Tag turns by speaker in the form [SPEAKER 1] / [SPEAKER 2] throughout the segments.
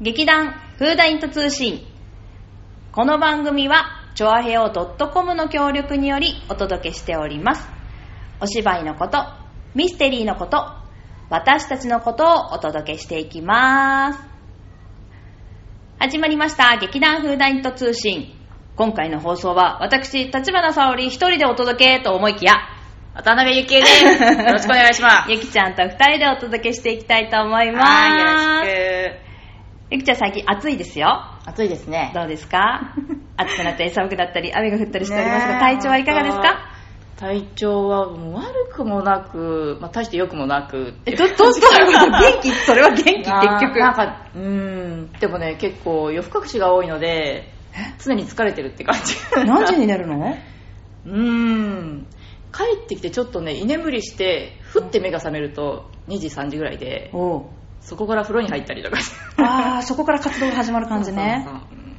[SPEAKER 1] 劇団フーダイント通信この番組はチョアヘオ .com の協力によりお届けしておりますお芝居のことミステリーのこと私たちのことをお届けしていきます始まりました劇団フーダイント通信今回の放送は私立花沙織一人でお届けと思いきや
[SPEAKER 2] 渡辺ゆき えです。よろしくお願いします。
[SPEAKER 1] ゆきちゃんと二人でお届けしていきたいと思いま
[SPEAKER 2] は
[SPEAKER 1] す
[SPEAKER 2] い、よろし
[SPEAKER 1] ゆきちゃん最近暑いですよ
[SPEAKER 2] く。暑いですね。
[SPEAKER 1] どうですか暑くなったり寒くなったり雨が降ったりしておりますが、
[SPEAKER 2] ねえ
[SPEAKER 1] 体調はいかがですか
[SPEAKER 2] 体調はもう悪くもなく、まあ、大して良くもなくって
[SPEAKER 1] え
[SPEAKER 2] いう
[SPEAKER 1] どどうしたの 元気それは元気結局
[SPEAKER 2] あーなんか、うーん、でもね、結構夜更かしが多いので、常に疲れてるって感じ。
[SPEAKER 1] 何時に寝るの
[SPEAKER 2] うーん。帰ってきてちょっとね、居眠りして、ふって目が覚めると、2時、3時ぐらいで、
[SPEAKER 1] おう
[SPEAKER 2] そこから風呂に入ったりとかして。
[SPEAKER 1] ああそこから活動が始まる感じね
[SPEAKER 2] そうそうそううん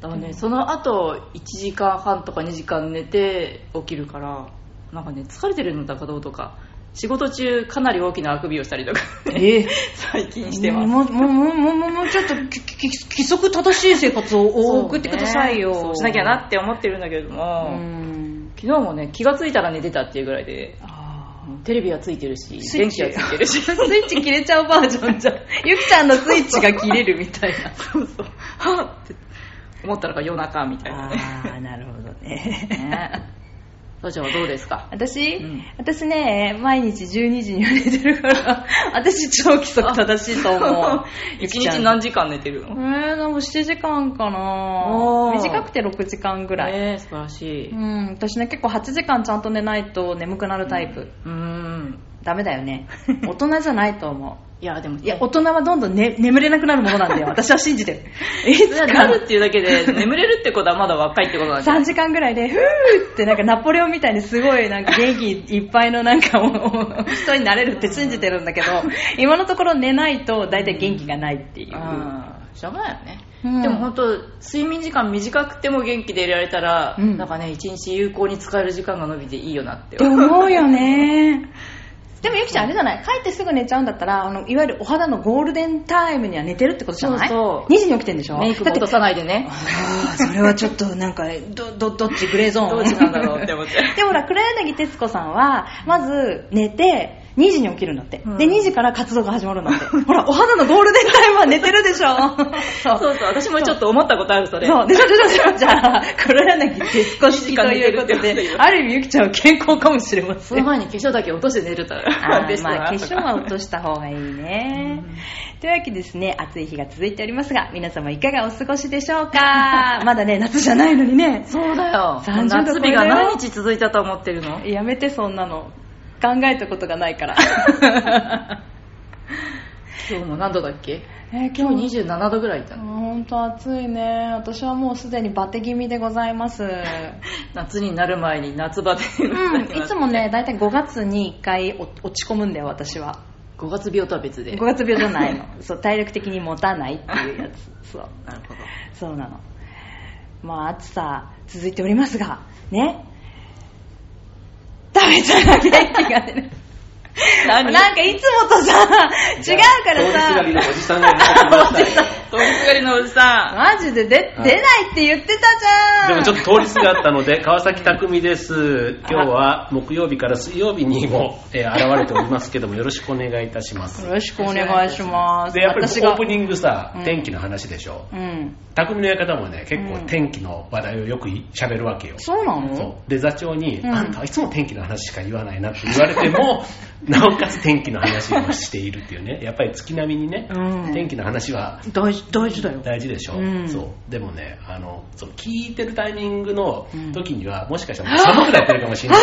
[SPEAKER 2] だからね、その後1時間半とか2時間寝て起きるからなんかね疲れてるのだかどうとか仕事中かなり大きなあくびをしたりとか
[SPEAKER 1] ええ
[SPEAKER 2] 最近してます
[SPEAKER 1] もうもうもうもうもうもうちょっとききき規則正しい生活を送ってくださいよ
[SPEAKER 2] そうねそうしなきゃなって思ってるんだけれど
[SPEAKER 1] う
[SPEAKER 2] も、
[SPEAKER 1] ん
[SPEAKER 2] 昨日もね気がついたら寝てたっていうぐらいで
[SPEAKER 1] あー
[SPEAKER 2] テレビはついてるし
[SPEAKER 1] スイッ
[SPEAKER 2] 電
[SPEAKER 1] チ
[SPEAKER 2] 気はついてるし
[SPEAKER 1] ス イッチ切れちゃうバージョンじゃんゆきちゃんのスイッチが切れるみたいな
[SPEAKER 2] そうそうはっって思ったのが夜中みたいなね
[SPEAKER 1] ああなるほどね
[SPEAKER 2] ね父ちゃんはどうですか
[SPEAKER 1] 私、
[SPEAKER 2] うん。
[SPEAKER 1] 私ね、毎日12時には寝てるから、私超規則正しいと思う
[SPEAKER 2] 一日何時間寝てる
[SPEAKER 1] え
[SPEAKER 2] の
[SPEAKER 1] ー、なんか7時間かな
[SPEAKER 2] おー
[SPEAKER 1] 短くて6時間ぐらい。。
[SPEAKER 2] ねえ素晴らしいう
[SPEAKER 1] ん、私ね、結構8時間ちゃんと寝ないと眠くなるタイプ。
[SPEAKER 2] うーん。
[SPEAKER 1] ダメだよ ね。大人じゃないと思
[SPEAKER 2] いや、でも、
[SPEAKER 1] う。いや、大人はどんどん、ね、眠れなくなるもの なんだよ。私は信じてる。え
[SPEAKER 2] いやなるっていうだけで、眠れるってことはまだ若いってことなんじゃな
[SPEAKER 1] 3
[SPEAKER 2] い
[SPEAKER 1] 時間ぐらいで、ふーってなんかナポレオンみたいにすごいなんか元気いっぱいのなんかもう人になれるって信じてるんだけど、今のところ寝ないと大体元気がないっていう。
[SPEAKER 2] あーしょうがないよね。
[SPEAKER 1] うん
[SPEAKER 2] でも本当睡眠時間短くても元気でいられたら、
[SPEAKER 1] うん
[SPEAKER 2] なんかね、一日有効に使える時間が伸びていいよなって
[SPEAKER 1] って。思うよね。でもゆきちゃんあれじゃない帰ってすぐ寝ちゃうんだったら、あの、いわゆるお肌のゴールデンタイムには寝てるってことじゃない
[SPEAKER 2] そうそう
[SPEAKER 1] 2時に起きてるんでしょ
[SPEAKER 2] メイクも
[SPEAKER 1] だって
[SPEAKER 2] 落とさないでね。
[SPEAKER 1] あーそれはちょっとなんかどどどっちグレーゾーン
[SPEAKER 2] どっちなんだろうって思って
[SPEAKER 1] でほら黒柳徹子さんはまず寝て2時に起きるんだって、
[SPEAKER 2] うん
[SPEAKER 1] で2時から活動が始まるんだってほらお肌のゴールデンタイムは寝てるでしょ そ
[SPEAKER 2] そうそう、私もちょっと思ったことある、それ。
[SPEAKER 1] そうでしょでしょでしょじゃあ黒柳徹子式ということ
[SPEAKER 2] 2時間寝てるって
[SPEAKER 1] で
[SPEAKER 2] ことよ
[SPEAKER 1] ある意味ゆきちゃんは健康かもしれませ
[SPEAKER 2] その
[SPEAKER 1] ん
[SPEAKER 2] 前に化粧だけ落として寝れた
[SPEAKER 1] あ
[SPEAKER 2] ら、
[SPEAKER 1] ー
[SPEAKER 2] ベストだ
[SPEAKER 1] まあ化
[SPEAKER 2] なとか
[SPEAKER 1] 粧は落とした方がいいね、というわけですね暑い日が続いておりますが皆様いかがお過ごしでしょうか まだね夏じゃないのにね
[SPEAKER 2] そうだよ。
[SPEAKER 1] 30度超
[SPEAKER 2] 夏
[SPEAKER 1] え
[SPEAKER 2] 日
[SPEAKER 1] だ
[SPEAKER 2] が
[SPEAKER 1] よ
[SPEAKER 2] 何日続いたと思ってるの
[SPEAKER 1] やめてそんなの考えたことがないから
[SPEAKER 2] 今日も何度だっけ
[SPEAKER 1] えー
[SPEAKER 2] 今日27度ぐらいいたの
[SPEAKER 1] 本当暑いね私はもうすでにバテ気味でございます
[SPEAKER 2] 夏になる前に夏バテ
[SPEAKER 1] うん いつもね大体5月に1回お落ち込むんだよ私は
[SPEAKER 2] 5月病とは別で
[SPEAKER 1] 5月病じゃないの そう体力的に持たないっていうやつそう
[SPEAKER 2] なるほど
[SPEAKER 1] そうなのまあ暑さ続いておりますがね食べたら元気が出ない
[SPEAKER 2] 何
[SPEAKER 1] なんかいつもとさ違うからさ
[SPEAKER 3] 通りすがりのおじさんがいました よ。
[SPEAKER 2] 通りすがりのおじさ
[SPEAKER 1] マジでで
[SPEAKER 3] はい
[SPEAKER 1] 出ないって言ってたじゃん
[SPEAKER 3] でもちょっと通りすがったので、川崎匠です。今日は木曜日から水曜日にも、えー現れておりますけども、よろしくお願いいたし ます。
[SPEAKER 1] よろしくお願いします。
[SPEAKER 3] で、やっぱりオ
[SPEAKER 1] 私が
[SPEAKER 3] ープニングさ
[SPEAKER 1] うん、
[SPEAKER 3] 天気の話でしょ。
[SPEAKER 1] うん。
[SPEAKER 3] 匠の館もね、結
[SPEAKER 1] うん
[SPEAKER 3] 構天気の話題をよく喋るわけよ。
[SPEAKER 1] そうなの
[SPEAKER 3] そうで、座長に、
[SPEAKER 1] うん
[SPEAKER 3] あんたはいつも天気の話しか言わないなって言われ ても、なおかつ天気の話をしているっていうね、やっぱり月並みにね、
[SPEAKER 1] うん
[SPEAKER 3] 天気の話は
[SPEAKER 1] 大事、大事だよ。
[SPEAKER 3] 大事でしょ、
[SPEAKER 1] うん
[SPEAKER 3] そうでもねあのその聞いてるタイミングの
[SPEAKER 1] うん
[SPEAKER 3] 時には、もしかしたら寒くなってるかもしれない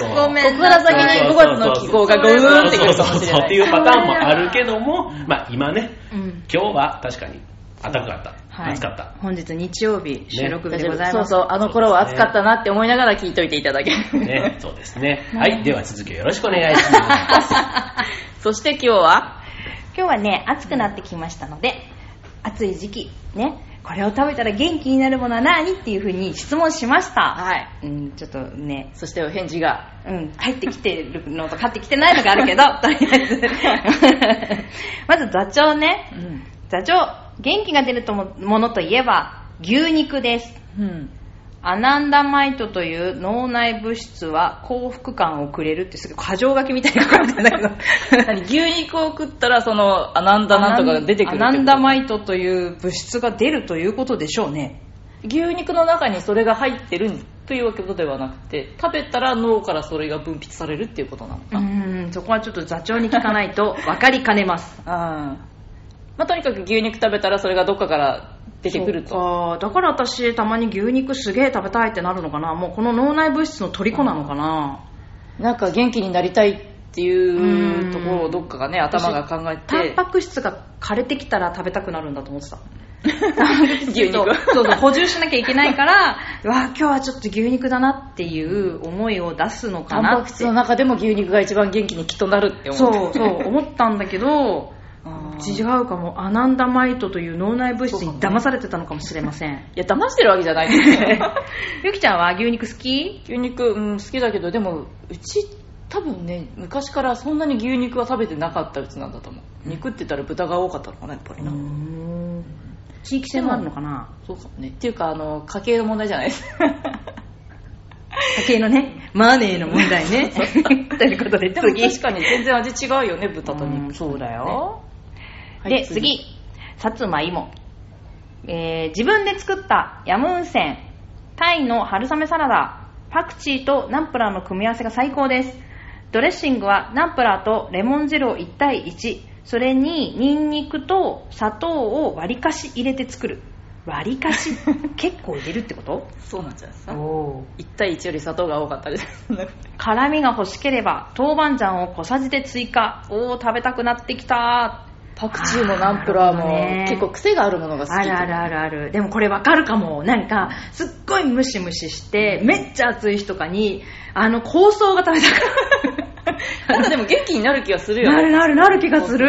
[SPEAKER 3] そう
[SPEAKER 1] ごめん。
[SPEAKER 2] ここから先に5月の気候がゴーンってく
[SPEAKER 3] そう
[SPEAKER 2] る
[SPEAKER 3] そ
[SPEAKER 2] かも
[SPEAKER 3] う
[SPEAKER 2] しれ
[SPEAKER 3] そう
[SPEAKER 2] な
[SPEAKER 3] って
[SPEAKER 2] い
[SPEAKER 3] いうパターンもあるけども、まあ、今ね
[SPEAKER 1] うん。
[SPEAKER 3] 今日は確かに暖かかった、暑かった
[SPEAKER 1] 本日日曜日収録でござい
[SPEAKER 2] そ
[SPEAKER 1] ま
[SPEAKER 2] う
[SPEAKER 1] す。
[SPEAKER 2] そうあの頃は暑かったなって思いながら聞いといていただける
[SPEAKER 3] ね、そうですね。はい、では続きをよろしくお願いします。
[SPEAKER 2] そして今日は
[SPEAKER 1] 今日はね、暑くなってきましたので、暑い時期、ね、これを食べたら元気になるものは何っていうふうに質問しました。
[SPEAKER 2] はい
[SPEAKER 1] うん、ちょっとね、
[SPEAKER 2] そしてお返事が
[SPEAKER 1] うん、帰ってきてるのと帰ってきて ないのがあるけど、とりあえず。まず座長ね、座長元気が出るともものといえば牛肉です
[SPEAKER 2] うん。
[SPEAKER 1] アナンダマイトという脳内物質は幸福感をくれるってすごい過剰書きみたいに書かれてんだけど
[SPEAKER 2] 何牛肉を食ったら、その、アナンダなんとかが出てくるってこと
[SPEAKER 1] アナンダマイトという物質が出るということでしょうね
[SPEAKER 2] 牛肉の中にそれが入ってるというわけではなくて、食べたら脳からそれが分泌されるっていうことなの
[SPEAKER 1] う
[SPEAKER 2] か。
[SPEAKER 1] ーんそこはちょっと座長に聞かないと分かりかねます
[SPEAKER 2] ああ。まあ、とにかく牛肉食べたらそれがどっかから出てくると。
[SPEAKER 1] そうかだから私たまに牛肉すげえ食べたいってなるのかなもうこの脳内物質の虜なのかな、
[SPEAKER 2] なんか元気になりたいっていうところをどっかがね、頭が考え
[SPEAKER 1] タン
[SPEAKER 2] て
[SPEAKER 1] パ、ク質が枯れてきたら食べたくなるんだと思ってた
[SPEAKER 2] 牛肉
[SPEAKER 1] そうそうそう補充しなきゃいけない からうわ今日はちょっと牛肉だなっていう思いを出すの
[SPEAKER 2] タ
[SPEAKER 1] か
[SPEAKER 2] ンパ
[SPEAKER 1] な
[SPEAKER 2] ク
[SPEAKER 1] って
[SPEAKER 2] 質の中でも牛肉が一番元気にきっとなるって思う。
[SPEAKER 1] そうそう思ったんだけど
[SPEAKER 2] あー
[SPEAKER 1] 違うかもアナンダマイトという脳内物質
[SPEAKER 2] そう
[SPEAKER 1] に
[SPEAKER 2] かも
[SPEAKER 1] 騙されてたのかもしれません、
[SPEAKER 2] いや、騙してるわけじゃないけ ど
[SPEAKER 1] ゆきちゃんは牛肉好き
[SPEAKER 2] 牛肉、うん、好きだけど、でも、うち、多分ね、昔からそんなに牛肉は食べてなかったうちなんだと思う。肉って言ったら豚が多かったのかな、やっぱりな。
[SPEAKER 1] 地域性もあるのかな
[SPEAKER 2] そうかもね。っていうか、あの、家計の問題じゃないです。
[SPEAKER 1] 家計のねマネーの問題ね ということで
[SPEAKER 2] でも
[SPEAKER 1] 次
[SPEAKER 2] 確かに全然味違うよね、豚と
[SPEAKER 1] うん
[SPEAKER 2] 肉。
[SPEAKER 1] そうだよ、
[SPEAKER 2] はい
[SPEAKER 1] で次さつまいも、えー自分で作ったヤムウンセンタイの春雨サラダパクチーとナンプラーの組み合わせが最高ですドレッシングはナンプラーとレモン汁を1対1それにニンニクと砂糖を割りかし入れて作る割りか し結構入れるってこと
[SPEAKER 2] そうなんじゃないですか。
[SPEAKER 1] お
[SPEAKER 2] 1対1より砂糖が多かったです。
[SPEAKER 1] 辛みが欲しければ豆板醤を小さじで追加おー食べたくなってきた
[SPEAKER 2] パクチーもナンプラ
[SPEAKER 1] あー
[SPEAKER 2] ー
[SPEAKER 1] なるほど
[SPEAKER 2] も
[SPEAKER 1] ね
[SPEAKER 2] 結構癖があるものが好き。
[SPEAKER 1] あるあるあるあるでもこれわかるかもなんかすっごいムシムシしてめっちゃ暑い日とかにあの香草が食べたく
[SPEAKER 2] なんかでも元気になる気がするよ
[SPEAKER 1] な
[SPEAKER 2] ね。
[SPEAKER 1] るなるなる気がする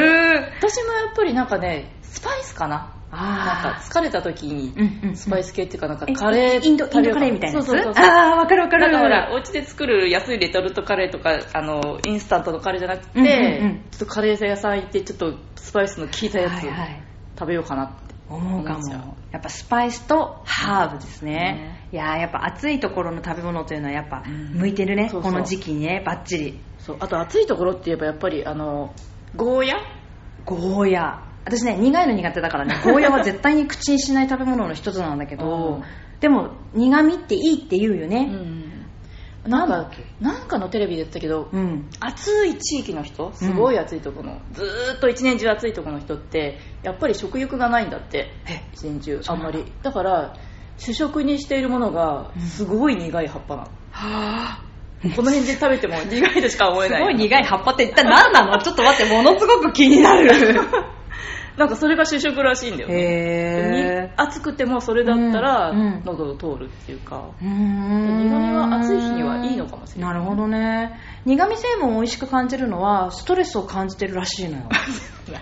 [SPEAKER 2] 私もやっぱりなんかね、スパイスかな。なんか
[SPEAKER 1] あ
[SPEAKER 2] 疲れた時に
[SPEAKER 1] ーうんうんうん
[SPEAKER 2] スパイス系っていうかなんか
[SPEAKER 1] え
[SPEAKER 2] カレー
[SPEAKER 1] インドインドカ
[SPEAKER 2] 食べようか
[SPEAKER 1] レーみたいなやつ
[SPEAKER 2] そうそうそう
[SPEAKER 1] ああわかるわか
[SPEAKER 2] なん
[SPEAKER 1] る
[SPEAKER 2] かほらお家で作る安いレトルトカレーとかあのインスタントのカレーじゃなくて、
[SPEAKER 1] うんうんうん
[SPEAKER 2] ちょっとカレー屋さん行ってちょっとスパイスの効いたや
[SPEAKER 1] はいは
[SPEAKER 2] つ
[SPEAKER 1] い
[SPEAKER 2] 食べようかなって、
[SPEAKER 1] 思うかも
[SPEAKER 2] 思っちゃう
[SPEAKER 1] やっぱスパイスとハーブですね、いやーやっぱ暑いところの食べ物というのはやっぱ
[SPEAKER 2] うん
[SPEAKER 1] 向いてるね、
[SPEAKER 2] そうそう
[SPEAKER 1] この時期にねバッチリ
[SPEAKER 2] そうあと暑いところって言えばやっぱりあのゴーヤ
[SPEAKER 1] ゴーヤ私ね苦いの苦手だ からねゴーヤは絶対に口にしない食べ物の一つなんだけ
[SPEAKER 2] う
[SPEAKER 1] ど
[SPEAKER 2] ん
[SPEAKER 1] でも苦味っていいって言うよね
[SPEAKER 2] な
[SPEAKER 1] な
[SPEAKER 2] ん
[SPEAKER 1] んだっ
[SPEAKER 2] かなんかのテレビで言ってたけど、
[SPEAKER 1] うん、
[SPEAKER 2] 暑い地域の人すごい暑いところの、ずーっと一年中暑いところの人ってやっぱり食欲がないんだって
[SPEAKER 1] え
[SPEAKER 2] 一年中あ
[SPEAKER 1] そうんな
[SPEAKER 2] ま
[SPEAKER 1] の
[SPEAKER 2] りだから主食にしているものが
[SPEAKER 1] うん
[SPEAKER 2] すごい苦い葉っぱなの、この辺で食べ ても苦いとしか思え
[SPEAKER 1] す
[SPEAKER 2] ない
[SPEAKER 1] ごい苦い葉っぱって一体何な のちょっと待ってものすごく気になる
[SPEAKER 2] なんかそれが主食らしいんだよね
[SPEAKER 1] へ
[SPEAKER 2] に暑くてもそれだったら
[SPEAKER 1] うんうん
[SPEAKER 2] 喉を通るっていう か、
[SPEAKER 1] 苦味
[SPEAKER 2] 苦味は暑い日にはいいのかもしれない
[SPEAKER 1] なるほどね苦味成分を美味しく感じるのはストレスを感じてるらしい のよ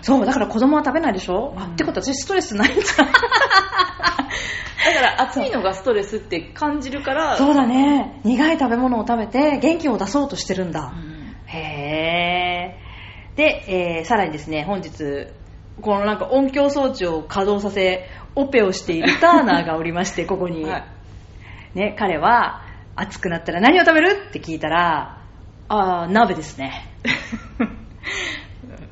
[SPEAKER 1] そうだから子供は食べないでしょ、あ
[SPEAKER 2] うん
[SPEAKER 1] ってことは私ストレスないんだ
[SPEAKER 2] だから暑いのがストレスって感じるから
[SPEAKER 1] そうだね苦い食べ物を食べて元気を出そうとしてるんだ、
[SPEAKER 2] うん
[SPEAKER 1] へーで、えーさらにですね本日このなんか音響装置を稼働させオペをしているターナーがおりまして ここに、
[SPEAKER 2] はい
[SPEAKER 1] ね、彼は暑くなったら何を食べるって聞いたらあー鍋です ね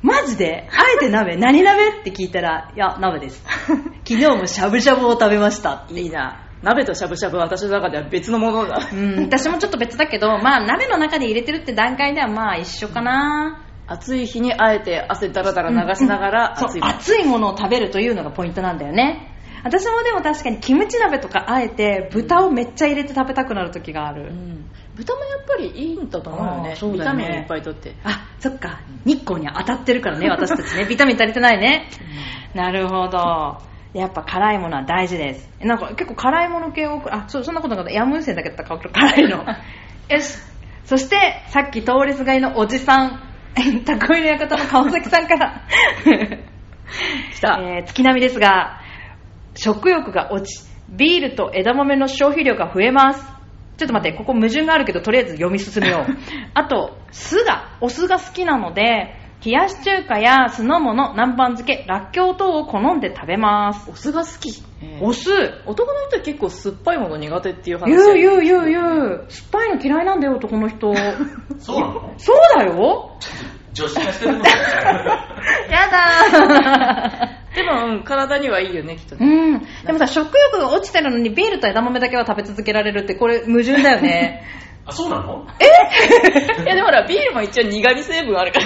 [SPEAKER 1] マジであえて鍋何鍋って聞いたらいや鍋です 昨日もしゃぶしゃぶを食べましたって
[SPEAKER 2] いいな鍋としゃぶしゃぶは私の中では別のものだ
[SPEAKER 1] うん私もちょっと別だけどまあ鍋の中で入れてるって段階ではまあ一緒かな、
[SPEAKER 2] 暑い日にあえて汗だらだら流しながら
[SPEAKER 1] そう
[SPEAKER 2] 暑いもの
[SPEAKER 1] 熱いものを食べるというのがポイントなんだよね私もでも確かにキムチ鍋とかあえて豚をめっちゃ入れて食べたくなる時がある、
[SPEAKER 2] うん豚もやっぱりいいんだと思うよ
[SPEAKER 1] あー
[SPEAKER 2] ね
[SPEAKER 1] そう
[SPEAKER 2] ビ
[SPEAKER 1] だよ
[SPEAKER 2] タ
[SPEAKER 1] ね
[SPEAKER 2] ミンいっぱいとって
[SPEAKER 1] あそっか日光に当たってるからね私たち ねビタミン足りてないね なるほどやっぱ辛いものは大事ですなんか結構辛いもの系をあそうそんなことなかったヤムウンセンだけだったから辛いのよしそしてさっき通りすがりのおじさん 宅配の館の川崎さんから
[SPEAKER 2] きた
[SPEAKER 1] えー月並みですが食欲が落ちビールと枝豆の消費量が増えますちょっと待ってこ こ矛盾があるけどとりあえず読み進めようあと酢がお酢が好きなので冷やし中華や酢の物、南蛮漬け、らっきょう等を好んで食べます。
[SPEAKER 2] お酢が好き、えー
[SPEAKER 1] お酢
[SPEAKER 2] 男の人は結構酸っぱいもの苦手っていう話
[SPEAKER 1] 言う言う言う言う。酸っぱいの嫌いなんだよ、男の人。
[SPEAKER 4] そうなの
[SPEAKER 1] そうだよ
[SPEAKER 4] 女子化して るのか
[SPEAKER 1] やだ
[SPEAKER 2] でも、うん、体にはいいよねきっと
[SPEAKER 1] う
[SPEAKER 2] ね、
[SPEAKER 1] ん。でもさ、食欲が落ちてるのにビールと枝豆だけは食べ続けられるって、これ矛盾だよ ね。
[SPEAKER 4] あ、そうなの
[SPEAKER 2] いやでもほらビールも一応苦味成分あるから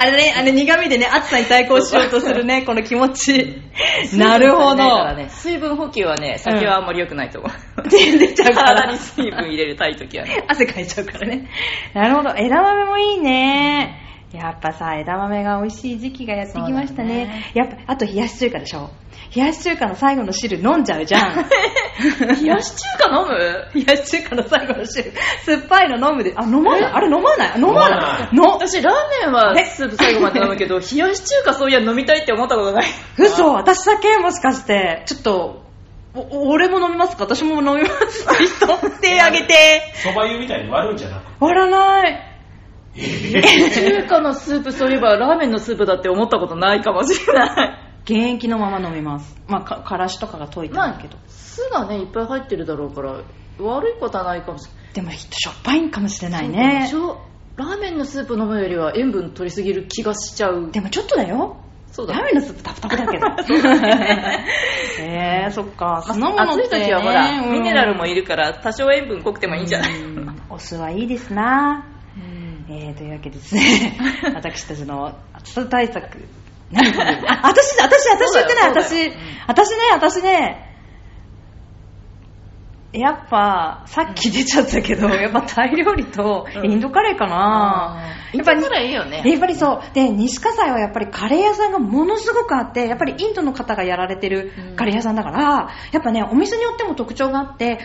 [SPEAKER 1] あれね、あれ苦味でね、暑さに対抗しようとする ね、この気持ち。なるほど。
[SPEAKER 2] 水分補給はね酒はあんまり良くないと思う、
[SPEAKER 1] 全然ちゃうから
[SPEAKER 2] 体に水分入れるたい時はね
[SPEAKER 1] 汗かいちゃうからね。なるほど。枝豆もいいね。やっぱさ、枝豆が美味しい時期がやってきましたね。やっぱ、あと冷やし中華でしょ。冷やし中華の最後の汁飲んじゃうじ ゃん。
[SPEAKER 2] 冷やし中華飲む
[SPEAKER 1] 冷やし中華の最後の汁、酸っぱいの飲むで、あ、飲まないあれ飲まない飲まないの、
[SPEAKER 2] 私ラーメンはスープ最後まで飲むけ ど冷やし中華そういや飲みたいって思ったことない
[SPEAKER 1] 嘘私だけもしかして、ちょっと、お俺も飲みますか私も飲み ますって人、手あげて。
[SPEAKER 4] 蕎麦湯みたいに割るんじゃなくて。
[SPEAKER 1] 割ら ない。
[SPEAKER 2] 中華のスープそういえばラーメンのスープだって思ったことないかもしれない
[SPEAKER 1] 原液のまま飲みます。まあ、かからしとかが溶いてないけど。
[SPEAKER 2] 酢がねいっぱい入ってるだろうから悪いことはないかもし
[SPEAKER 1] でもきっとしょっぱいんかもしれない
[SPEAKER 2] れない
[SPEAKER 1] ね
[SPEAKER 2] し。ょラーメンのスープ飲むよりは塩分取りすぎる気がしちゃう
[SPEAKER 1] でもちょっとだよ。
[SPEAKER 2] そうだ
[SPEAKER 1] ラーメンのスープタプタプだけど。 えー、そっか。酢の物っ
[SPEAKER 2] 暑い
[SPEAKER 1] て、ね。
[SPEAKER 2] 時はほら、
[SPEAKER 1] うん
[SPEAKER 2] ミネラルもいるから多少塩分濃くてもいいんじゃない、
[SPEAKER 1] うんお酢はいいですな。えー、というわけでですね、 私たちの暑さ対策、何かねあ、私、 私、私
[SPEAKER 2] そ
[SPEAKER 1] 言
[SPEAKER 2] う
[SPEAKER 1] って
[SPEAKER 2] だよ
[SPEAKER 1] ない、私、
[SPEAKER 2] そうだよ
[SPEAKER 1] 私ね、私ね、やっぱ、さっき出ちゃったけど、やっぱタイ料理と
[SPEAKER 2] うん
[SPEAKER 1] インドカレーかな。
[SPEAKER 2] や
[SPEAKER 1] やっ
[SPEAKER 2] っぱ
[SPEAKER 1] ぱ
[SPEAKER 2] り
[SPEAKER 1] り
[SPEAKER 2] らいいよ
[SPEAKER 1] でや
[SPEAKER 2] ね
[SPEAKER 1] っぱりそう。で、西葛西はやっぱりカレー屋さんがものすごくあって、やっぱりインドの方がやられてるカレー屋さんだから、やっぱね、お店によっても特徴があって、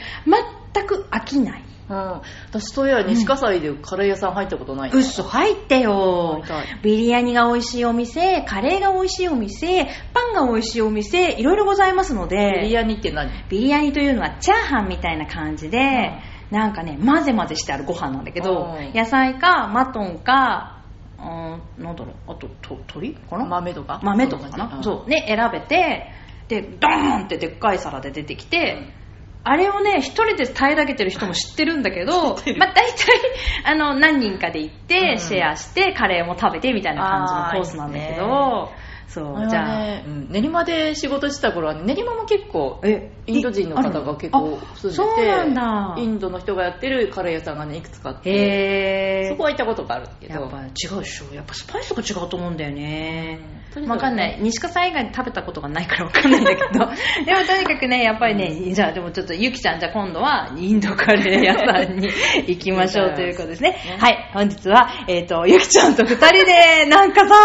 [SPEAKER 1] 全く飽きない。
[SPEAKER 2] うん私そういや西葛西でカレー屋さん入ったことないな
[SPEAKER 1] 嘘入って
[SPEAKER 2] 入
[SPEAKER 1] よ
[SPEAKER 2] りたい
[SPEAKER 1] ビリヤニが美味しいお店カレーが美味しいお店パンが美味しいお店いろいろございますの
[SPEAKER 2] ビリ
[SPEAKER 1] で
[SPEAKER 2] ヤニって何
[SPEAKER 1] ビリヤニというのはチャーハンみたいな感じで、なんかね混ぜ混ぜしてあるご飯なんだけど、
[SPEAKER 2] うん
[SPEAKER 1] 野菜かマトンかうんなんだろうあとと鶏かな
[SPEAKER 2] 豆とか
[SPEAKER 1] 豆とかかな
[SPEAKER 2] そ
[SPEAKER 1] そうね選べてでドーンってでっかい皿で出てきて、あれをね一人で平らげてる人も知ってるんだけ ど
[SPEAKER 2] ってる
[SPEAKER 1] まあ大体あの何人かで行っ
[SPEAKER 2] うん
[SPEAKER 1] てシェアしてカレーも食べてみたいな感じのコースなんだけど
[SPEAKER 2] う
[SPEAKER 1] そ
[SPEAKER 2] あ
[SPEAKER 1] う
[SPEAKER 2] じ
[SPEAKER 1] じ
[SPEAKER 2] ゃ
[SPEAKER 1] ゃあ
[SPEAKER 2] 練馬で仕事してた頃はね練馬も結構
[SPEAKER 1] え
[SPEAKER 2] インド人の方が結構住ん
[SPEAKER 1] そうなん
[SPEAKER 2] で
[SPEAKER 1] だ
[SPEAKER 2] てインドの人がやってるカレー屋さんがねいくつかあって
[SPEAKER 1] へえ
[SPEAKER 2] そこは行ったことがあるけ
[SPEAKER 1] やっ
[SPEAKER 2] ど
[SPEAKER 1] ぱ違うでしょやっぱスパイスが違うと思うんだよね
[SPEAKER 2] う
[SPEAKER 1] わ、
[SPEAKER 2] ん
[SPEAKER 1] かんない西葛西以外に食べたことがないからわかんないんだけどでもとにかくねやっぱりね、じゃあでもちょっとゆきちゃんじゃあ今度はインドカレー屋さんに行きましょうということですね
[SPEAKER 2] ね
[SPEAKER 1] はい本日は、えっとゆきちゃんと二人でなんかさ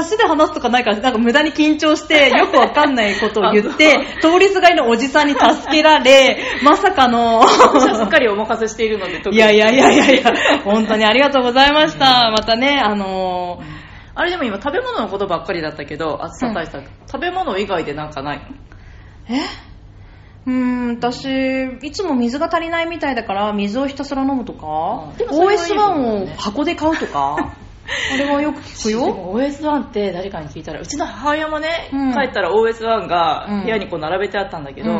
[SPEAKER 1] 冊子で話すとかないからなんか無駄に緊張してよくわかんないことを言って通りすがりのおじさんに助けられまさかの
[SPEAKER 2] 私はすっかりお任せしているので特
[SPEAKER 1] い
[SPEAKER 2] に
[SPEAKER 1] やいやいやいやい や、本当にありがとうございました。またね、あの
[SPEAKER 2] あれでも今食べ物のことばっかりだったけど暑さ対策、食べ物以外でなんかない
[SPEAKER 1] ー、えうーん、私、いつも水が足りないみたいだから、水をひたすら飲むとか
[SPEAKER 2] うんで、もそれはいい
[SPEAKER 1] OS1
[SPEAKER 2] こと
[SPEAKER 1] を
[SPEAKER 2] だね
[SPEAKER 1] 箱で買うとか、あれはよく聞く
[SPEAKER 2] で
[SPEAKER 1] よ。
[SPEAKER 2] も OS1 って誰かに聞いたらうちの母親もね、
[SPEAKER 1] うん
[SPEAKER 2] 帰ったら OS1 が
[SPEAKER 1] うん
[SPEAKER 2] 部屋にこう並べてあったんだけど、
[SPEAKER 1] うん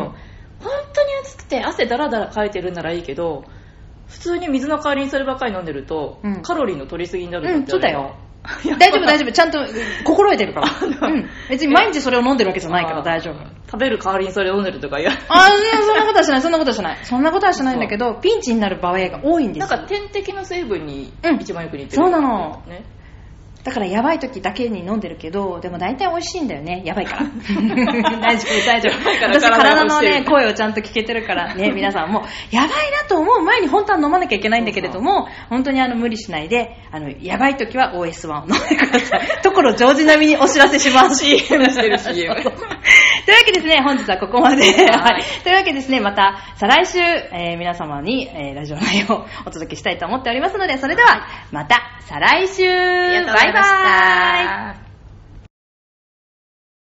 [SPEAKER 2] 本当に暑くて汗だらだらかいてるんならいいけど普通に水の代わりにそればっかり飲んでると、
[SPEAKER 1] うん
[SPEAKER 2] カロリーの取りすぎになる
[SPEAKER 1] うんん、そうだよ。
[SPEAKER 2] やっぱ
[SPEAKER 1] 大丈夫大丈夫、ちゃんと心得てるから。うん、別に毎日それを飲んでるわけじゃないから大丈夫。
[SPEAKER 2] 食べる代わりにそれ飲んでるとか言 わない
[SPEAKER 1] あ、いやそんなことはしない、そんなことはしない。そんなことはしないんだけど、ピンチになる場合が多いんで
[SPEAKER 2] なん
[SPEAKER 1] すよ
[SPEAKER 2] か点滴の成分に
[SPEAKER 1] うん
[SPEAKER 2] 一番よく似てる、
[SPEAKER 1] そうなの
[SPEAKER 2] ね
[SPEAKER 1] だからやばい時だけに飲んでるけど、でも大体美味しいんだよね。やばい から。大丈夫、大丈夫。
[SPEAKER 2] やばい
[SPEAKER 1] 私
[SPEAKER 2] から体
[SPEAKER 1] 体
[SPEAKER 2] が
[SPEAKER 1] の
[SPEAKER 2] 欲してる
[SPEAKER 1] ね、声をちゃんと聞けてるからね、皆さんも、やばいなと思う前に本当は飲まなきゃいけないんだけれども、本当にあの無理しないで、あの、やばい時は OS1 を飲んでください。ところ、ジョージ並みにお知らせします。CM
[SPEAKER 2] してる CM
[SPEAKER 1] というわけですね、本日はここまで。
[SPEAKER 2] は
[SPEAKER 1] はいい。というわけですね、また再来週、えー皆様に、えーラジオ内容をお届けしたいと思っておりますので、それでは、また再来週
[SPEAKER 2] ありがとうございました
[SPEAKER 1] バイバイ